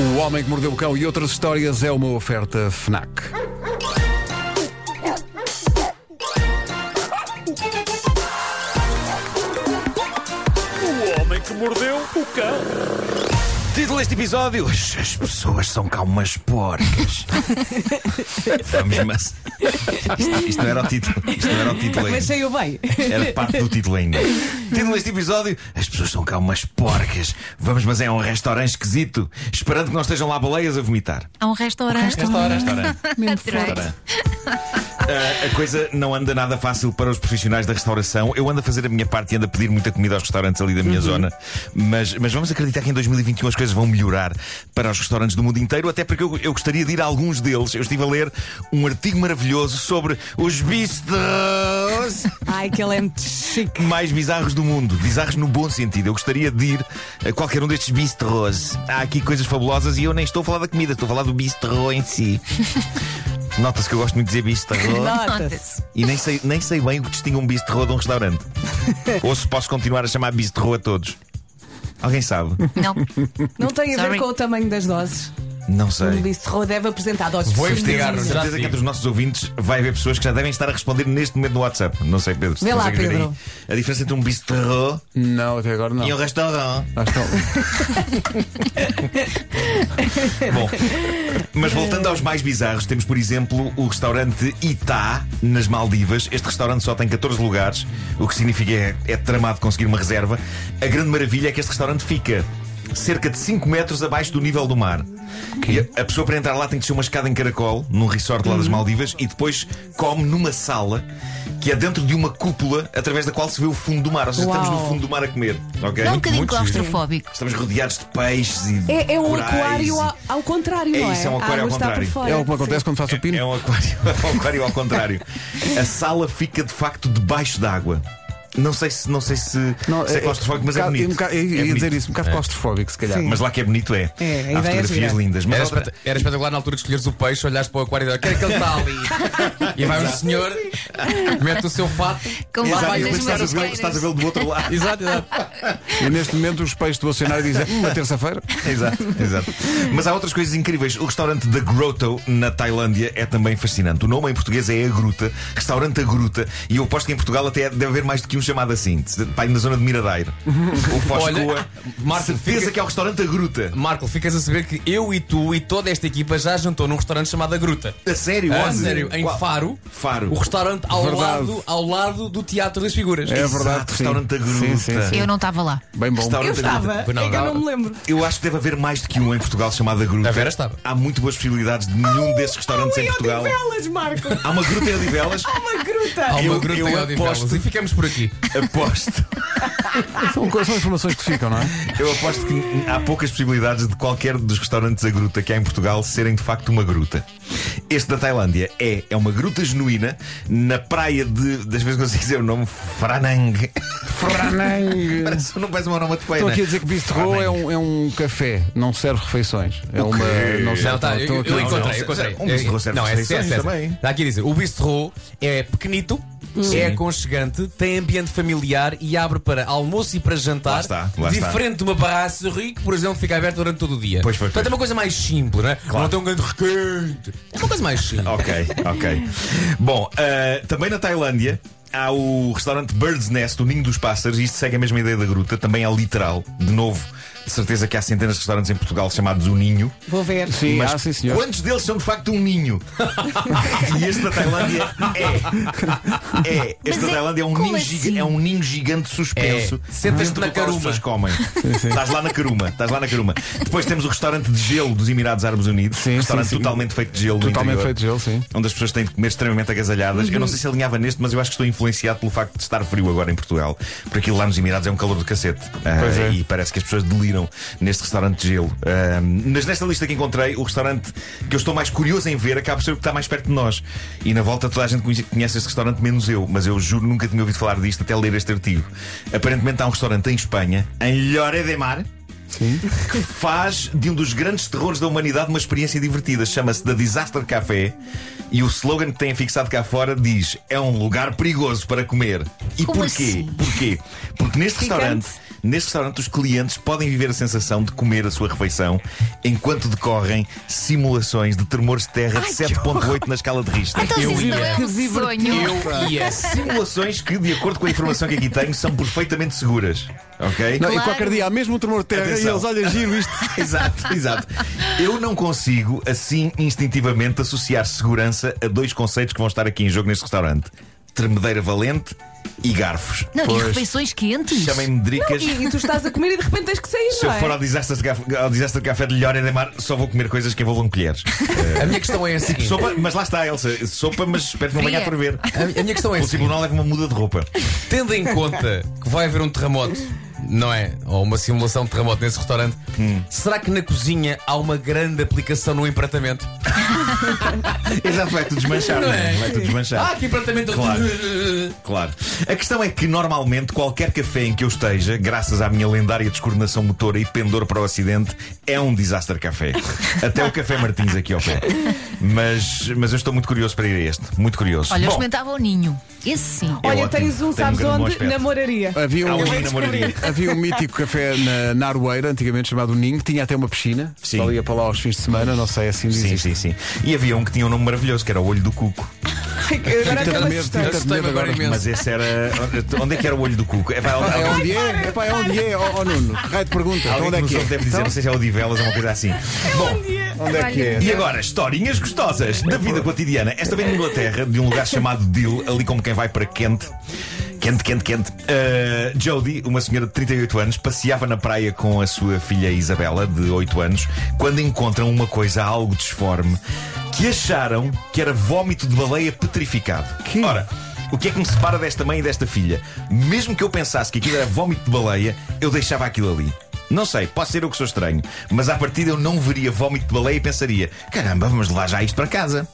O Homem que Mordeu o Cão e outras histórias é uma oferta FNAC. O homem que mordeu o cão. Título deste episódio: As as pessoas são cá umas porcas. Vamos, mas. Isto, isto não era o título. Isto não era o título Mas é ainda. saiu bem. Era parte do título ainda. Título deste episódio: As pessoas são cá umas porcas. Vamos, mas é um restaurante esquisito. Esperando que não estejam lá baleias a vomitar. Há um restaurante. Restaurante. Mesmo Adorei. forte. Ah, a coisa não anda nada fácil para os profissionais da restauração. Eu ando a fazer a minha parte e ando a pedir muita comida aos restaurantes ali da minha zona. Mas, mas vamos acreditar que em 2021 as coisas vão melhorar para os restaurantes do mundo inteiro, até porque eu, eu gostaria de ir a alguns deles. Eu estive a ler um artigo maravilhoso sobre os bistros Ai, que ele é muito chique. mais bizarros do mundo. Bizarros no bom sentido. Eu gostaria de ir a qualquer um destes bistros. Há aqui coisas fabulosas e eu nem estou a falar da comida, estou a falar do bistrô em si. Nota-se que eu gosto muito de dizer bistrô. Nota-se. E nem sei, nem sei bem o que distingue um bistrô de um restaurante. Ou se posso continuar a chamar bistrô a todos. Alguém sabe? Não. um Não tem a ver Sorry. com o tamanho das doses. Não O sei. Bistro deve apresentar doses. Com pequenas. certeza, com certeza que entre os nossos ouvintes vai haver pessoas que já devem estar a responder neste momento no WhatsApp. Não sei, Pedro. se Vê lá, consegues ver Pedro. aí. A diferença entre um bistrô Não, até agora não. Ah, então, e um restaurante. Lá estão. Bom, mas voltando aos mais bizarros, temos, por exemplo, o restaurante Itá, nas Maldivas. Este restaurante só tem 14 lugares, o que significa é, é tramado conseguir uma reserva. A grande maravilha é que este restaurante fica cerca de 5 metros abaixo do nível do mar. E a- a pessoa para entrar lá tem que descer uma escada em caracol, num resort lá Uhum. das Maldivas, e depois come numa sala que é dentro de uma cúpula através da qual se vê o fundo do mar. Ou seja, estamos Uau. no fundo do mar a comer. ok? É um Muito bocadinho giro. claustrofóbico. Estamos rodeados de peixes e de É, é um corais aquário e- ao, ao contrário, É não é? isso, é um A aquário ao água está por contrário. fora. É o que me acontece quando faço o É pino. um aquário, é um aquário ao contrário. A sala fica de facto debaixo d'água. Não sei se, não sei se, Não, se é é- claustrofóbico, mas um é bocado- bonito. Um bocado, eu É ia dizer bonito. isso, um bocado claustrofóbico, se calhar. Mas lá que é bonito é. É, a Há ideia é fotografias gira. lindas. Mas Era, outra- espet- era espetacular na altura de escolheres o peixe, olhares para o aquário e dizer, quero que ele está ali. e vai um senhor, mete o seu fato. Com Exato, Lá vai e depois várias estás a vê-lo- marisqueiras. estás a vê-lo do outro lado. Exato, exato. E neste momento os peixes do oceanário dizem "Hum, uma terça-feira. Exato, exato. Mas há outras coisas incríveis. O restaurante da Grotto, na Tailândia, é também fascinante. O nome em português é A Gruta, Restaurante A Gruta. E eu aposto que em Portugal até deve haver mais do que um chamado assim. Pai, na zona de Miradeiro. Ou Foscoa. Olha, Marta, Certeza fica- que é o Restaurante A Gruta. Marco, ficas a saber que eu e tu e toda esta equipa já jantou num restaurante chamado A Gruta. A É sério, A onde? sério, em Qual? Faro. Faro. O restaurante ao Verdade. lado, ao lado do Teatro das Figuras. É Exato, verdade. sim. restaurante da gruta. Sim, sim, sim. Eu não estava lá. Bem bom. Restaurante da Eu Gruta. estava, é que Não, eu não. não me lembro. Eu acho que deve haver mais do que um em Portugal chamado A Gruta. A Vera estava. Há muito boas possibilidades de nenhum desses restaurantes em Ali ao Portugal. Odivelas, Marco. Há uma gruta em Odivelas. Uma gruta. Há uma Eu- gruta eu em Odivelas. aposto- E ficamos por aqui. Aposto. São, co- são informações que ficam, não é? Eu aposto que há poucas possibilidades de qualquer dos restaurantes a gruta que há em Portugal serem de facto uma gruta. Este da Tailândia é, é uma gruta genuína na praia de, das vezes consigo dizer o nome, Franang. Franang. Parece, não parece um nome de Estou aqui a dizer que bistrô é um, é um café, não serve refeições. É uma. Não, serve- Então, Não, tá, eu, estou eu aqui- não, encontrei, não, eu encontrei. um bistrô serve não, é refeições certo, também. Está aqui a dizer: o bistrô é pequenito, é aconchegante, tem ambiente familiar e abre para almoço e para jantar. Lá está, lá está. diferente de uma barraçoria que, por exemplo, fica aberta durante todo o dia. Pois, pois, Portanto, pois. é uma coisa mais simples, não é? Não tem um grande requinte. É uma coisa mais simples. Ok, ok. Bom, ah, também na Tailândia há o restaurante Bird's Nest, o ninho dos pássaros, e isto segue a mesma ideia da gruta, também é literal. De novo, de certeza que há centenas de restaurantes em Portugal chamados O Ninho. Vou ver. Sim, ah, sim, senhor. Quantos deles são de facto um ninho? e este da Tailândia é. É. Este Mas da é- Tailândia é um, como ninho assim? giga- é um ninho gigante suspenso. É. Sentas-te dentro na do qual As caruma. pessoas comem. Estás lá na caruma. Estás lá na caruma. Depois temos o restaurante de gelo dos Emirados Árabes Unidos. Sim, restaurante sim, sim. totalmente feito de gelo. no Totalmente interior, feito de gelo, sim. Onde as pessoas têm de comer extremamente agasalhadas. Uhum. Eu não sei se alinhava neste, mas eu acho que estou influenciado pelo facto de estar frio agora em Portugal. Porque aquilo lá nos Emirados é um calor do cacete. Ah, Pois é. E parece que as pessoas deliram neste restaurante de gelo. Ah, mas nesta lista que encontrei, o restaurante que eu estou mais curioso em ver acaba por ser o que está mais perto de nós. E na volta toda a gente conhece- conhece este restaurante, menos eu. Mas eu juro nunca tinha ouvido falar disto até ler este artigo. Aparentemente há um restaurante em Espanha, em Lloret de Mar. Que faz de um dos grandes terrores da humanidade uma experiência divertida. Chama-se The Disaster Café e o slogan que têm fixado cá fora diz: É um lugar perigoso para comer. E Como porquê? assim? Porquê? Porque neste Picante. restaurante Neste restaurante, os clientes podem viver a sensação de comer a sua refeição enquanto decorrem simulações de tremores de terra de Ai, que 7,8 na escala de Richter. Então, Eu se isso não ia. é um sonho. Eu ia sim. Simulações que, de acordo com a informação que aqui tenho, são perfeitamente seguras. Ok? Não, E Claro. qualquer dia há mesmo um tremor de terra Atenção. e eles olham giro isto. exato, exato. Eu não consigo, assim, instintivamente, associar segurança a dois conceitos que vão estar aqui em jogo neste restaurante: tremedeira valente e garfos. Não, Pois. e refeições quentes. Chamem-me dricas. E, e tu estás a comer e de repente tens que sair, Se não eu é? for ao desastre de, caf- ao desastre de café de Lhora e de Mar, só vou comer coisas que envolvam colheres. Eh, A minha questão é a seguinte. Sopa, mas lá está, Elsa. Sopa, mas espero que não venha a Fria. ferver. A a minha questão é a O seguinte. tribunal leva uma muda de roupa. Tendo em conta que vai haver um terremoto, não é? Ou uma simulação de terremoto nesse restaurante, Hum. será que na cozinha há uma grande aplicação no empratamento? Exato, vai tudo desmanchar, Não não é? é? Vai tudo Ah, desmanchar. que empratamento! Claro. Claro. A questão é que normalmente qualquer café em que eu esteja, graças à minha lendária descoordenação motora e pendor para o acidente, é um desastre café. Até o Café Martins aqui ao pé. Mas, mas eu estou muito curioso para ir a este. Muito curioso. Olha, eu Bom, experimentava o ninho. Esse sim. é Olha, ótimo. tens um, Tem sabes grande bom onde? aspecto. Na moraria. Havia Há um, um na moraria. havia um mítico café na, na Aroeira, antigamente chamado Ninho, que tinha até uma piscina. Sim. Só ia para lá aos fins de semana, não sei assim diz Sim, isto. sim, sim. E havia um que tinha um nome maravilhoso, que era o Olho do Cuco. Ai, que- Agora Tanto até me medo, assustei. tanto Assustei-me medo agora é agora. imenso. Mas esse era. Onde é que era o Olho do Cuco? É, pá, É alguém- onde é? É pá, é onde é? Ó ó, Nuno, que raio de pergunta. Alguém Onde é que nos que é? ouve deve dizer, não sei se é o Divelas ou uma coisa assim. Bom, Onde é que é? e agora, historinhas gostosas da vida cotidiana. Esta vem de Inglaterra, de um lugar chamado Dill, ali como quem vai para Kent. Quente, quente, quente. Uh, Jodie, uma senhora de 38 anos, passeava na praia com a sua filha Isabela, de 8 anos, quando encontram uma coisa algo disforme que acharam que era vómito de baleia petrificado. Ora, o que é que me separa desta mãe e desta filha? Mesmo que eu pensasse que aquilo era vómito de baleia, eu deixava aquilo ali. Não sei, pode ser eu que sou estranho, mas à partida eu não veria vómito de baleia e pensaria: caramba, vamos levar já isto para casa.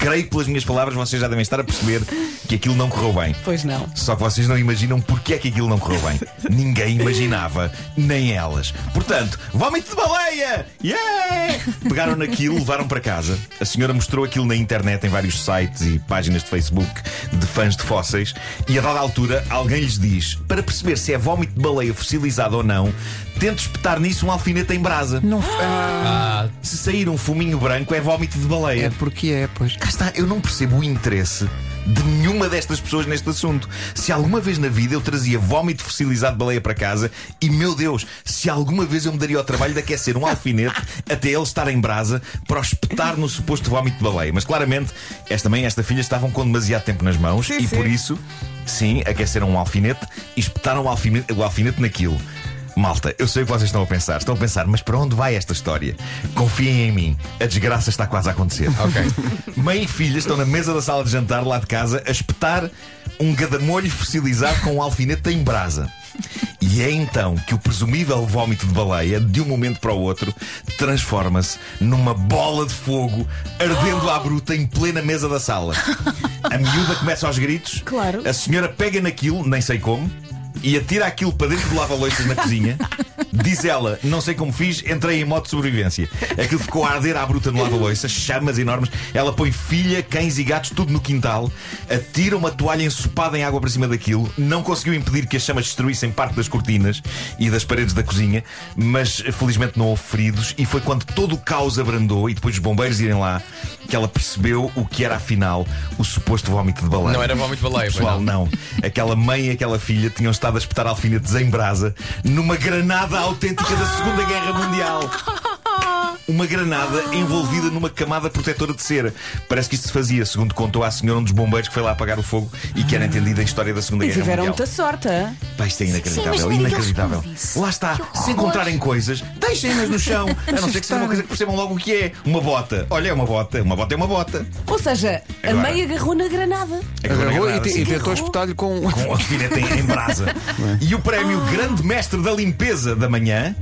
Creio que pelas minhas palavras vocês já devem estar a perceber que aquilo não correu bem. Pois não. Só que vocês não imaginam porque é que aquilo não correu bem. Ninguém imaginava, nem elas. Portanto, vómito de baleia! Yeah! Pegaram naquilo, levaram para casa. A senhora mostrou aquilo na internet, em vários sites e páginas de Facebook de fãs de fósseis. E a dada altura, alguém lhes diz: para perceber se é vómito de baleia fossilizado ou não, tente espetar nisso um alfinete em brasa. Ah, Se sair um fuminho branco, é vómito de baleia. É porque é, pois. Cá está, eu não percebo o interesse de nenhuma destas pessoas neste assunto. Se alguma vez na vida eu trazia vómito fossilizado de baleia para casa, e meu Deus, se alguma vez eu me daria ao trabalho de aquecer um alfinete até ele estar em brasa para o espetar no suposto vómito de baleia. Mas claramente, esta mãe e esta filha estavam com demasiado tempo nas mãos Sim, e sim. por isso, sim, aqueceram um alfinete e espetaram o alfinete, o alfinete naquilo. Malta, eu sei o que vocês estão a pensar. Estão a pensar, mas para onde vai esta história? Confiem em mim, a desgraça está quase a acontecer. ok. Mãe e filha estão na mesa da sala de jantar lá de casa a espetar um gadamolho fossilizado com um alfinete em brasa. E é então que o presumível vómito de baleia, de um momento para o outro, transforma-se numa bola de fogo ardendo à bruta em plena mesa da sala. A miúda começa aos gritos, Claro. a senhora pega naquilo, nem sei como, e atira aquilo para dentro do lava-loiças na cozinha. Diz ela, não sei como fiz, entrei em modo de sobrevivência. Aquilo ficou a arder à bruta no lava-loiças, chamas enormes. Ela põe filha, cães e gatos, tudo no quintal. Atira uma toalha ensopada em água para cima daquilo. Não conseguiu impedir que as chamas destruíssem parte das cortinas e das paredes da cozinha, mas felizmente não houve feridos. E foi quando todo o caos abrandou e depois os bombeiros irem lá que ela percebeu o que era afinal o suposto vómito de baleia. Não era vómito de É, baleia, pois Pessoal, não. não. Aquela mãe e aquela filha tinham estado a espetar alfinetes em brasa numa granada autêntica da Segunda Guerra Mundial. Uma granada envolvida numa camada protetora de cera. Parece que isto se fazia, segundo contou à senhora um dos bombeiros que foi lá apagar o fogo e que era entendida em história da Segunda E Guerra tiveram Mundial. muita sorte. hã? Pá, isto é Sim, inacreditável, mas ninguém inacreditável. responde isso. Lá está, Que horror. se encontrarem coisas, deixem-nas no chão, a não ser que seja uma coisa que percebam logo o que é. Uma bota. Olha, é uma bota. Uma bota é uma bota. É Ou seja, a Agora. meia agarrou na granada. Agora, Agarrou e, granada, te- sim. e tentou espetar-lhe com. com o alfinete em, em brasa. E o prémio Grande Mestre da Limpeza da Manhã,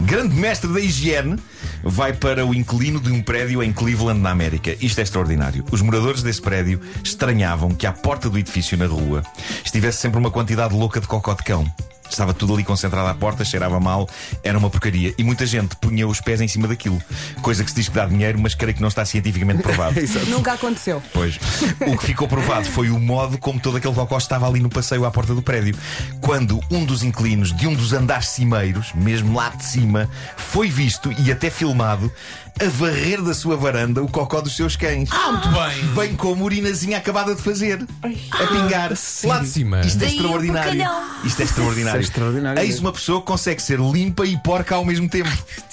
Grande Mestre da Higiene, vai para o inquilino de um prédio em Cleveland, na América. Isto é extraordinário. Os moradores desse prédio estranhavam que à porta do edifício na rua estivesse sempre uma quantidade louca de cocó de cão. Estava tudo ali concentrado à porta, cheirava mal, era uma porcaria. E muita gente punha os pés em cima daquilo. Coisa que se diz que dá dinheiro, mas creio que não está cientificamente provado. Nunca aconteceu. Pois. O que ficou provado foi o modo como todo aquele cocó estava ali no passeio à porta do prédio. Quando um dos inquilinos de um dos andares cimeiros, mesmo lá de cima, foi visto e até filmado a varrer da sua varanda o cocó dos seus cães. Ah, muito bem. Bem como a urinazinha acabada de fazer. A pingar. Lá de cima. Isto é Daí o extraordinário. porcalhão. Isto é extraordinário. Isso é extraordinário. Eis uma pessoa que consegue ser limpa e porca ao mesmo tempo.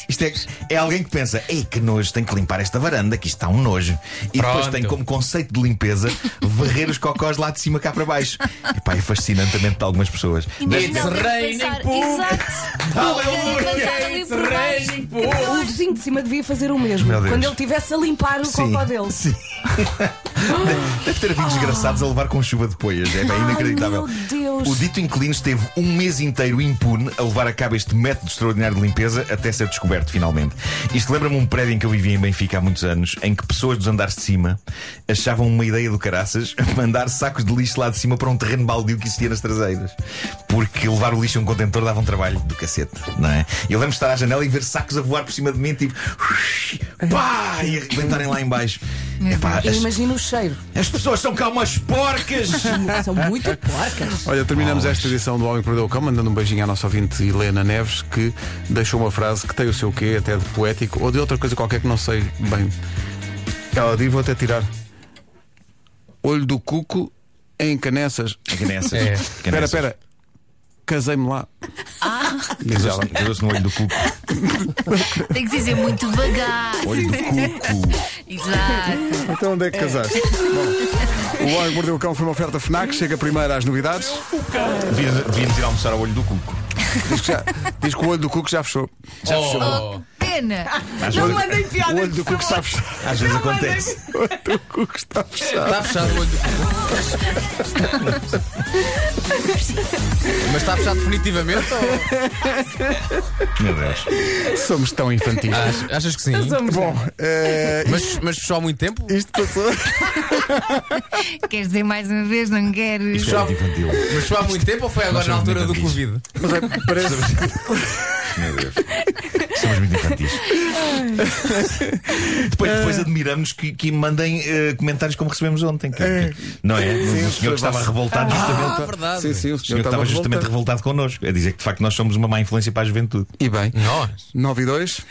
Isto é, é alguém que pensa, ei, que nojo, tenho que limpar esta varanda, que isto está um nojo. E depois Pronto. tem como um conceito de limpeza varrer os cocós lá de cima cá para baixo. Epá, é fascinante a mente de algumas pessoas. Deve- um Imagina alguém raining pensar- poop. Exato. Aleluia, Alguém passar ali it's por baixo. raining poop. O vizinho de cima devia fazer o mesmo. Meu Deus. Quando ele estivesse a limpar o Sim. cocó dele. Ah. Sim. Deve ter havido desgraçados a levar com chuva de poias. É bem inacreditável. meu Deus. O dito inquilino esteve um mês inteiro impune a levar a cabo este método extraordinário de limpeza até ser descoberto finalmente. Isto lembra-me um prédio em que eu vivia em Benfica há muitos anos, em que pessoas dos andares de cima achavam uma ideia do caraças mandar sacos de lixo lá de cima para um terreno baldio que existia nas traseiras. Porque levar o lixo a um contentor dava um trabalho do cacete, não é? Eu lembro de estar à janela e ver sacos a voar por cima de mim, tipo, pá, e arrebentarem lá em baixo. Epá, Eu as- imagino o cheiro. as pessoas são cá umas porcas! São muito porcas. Olha, terminamos esta edição do Homem que Perdeu o Cão, mandando um beijinho à nossa ouvinte Helena Neves, que deixou uma frase que tem o seu quê, até de poético, ou de outra coisa qualquer que não sei bem. Ela diz, vou até tirar. Olho do cuco em canessas. Que nessas. Que É. Espera, nessas. espera. Casei-me lá. Diz ela. Casou-se no olho do cuco. Tem que dizer muito devagar. Olho do cuco. Exato. Então onde é que casaste? Bom, o Homem que Mordeu o Cão foi uma oferta FNAC, chega primeiro às novidades. Devia- Devíamos ir almoçar ao olho do cuco. Diz que, já- diz que o olho do cuco já fechou. Já Oh, que pena. Não mandem O piadas. olho do por cuco está favor. fechado. Às vezes Não, acontece. O cuco está fechado. Está fechado o olho do Mas está fechado definitivamente? ou- Meu Deus. Somos tão infantis. Ach- Achas que sim? Bom, eh, Mas, mas fechou há muito tempo? isto passou. Queres dizer mais uma vez? Não queres? Isto é muito infantil. Mas fechou há muito tempo ou foi agora Nós na somos altura do muito infantis. Mas Covid? é, parece. Meu Deus. Somos muito infantis. Depois, depois admiramos que, que mandem eh, comentários como recebemos ontem. que- que- não é? o senhor que estava revoltado justamente. Ah, verdade. Sim, sim, o O senhor senhor que estava estava justamente É revoltado. revoltado connosco, a dizer que de facto nós somos uma má influência para a juventude. E bem, Nós. 9 e 2.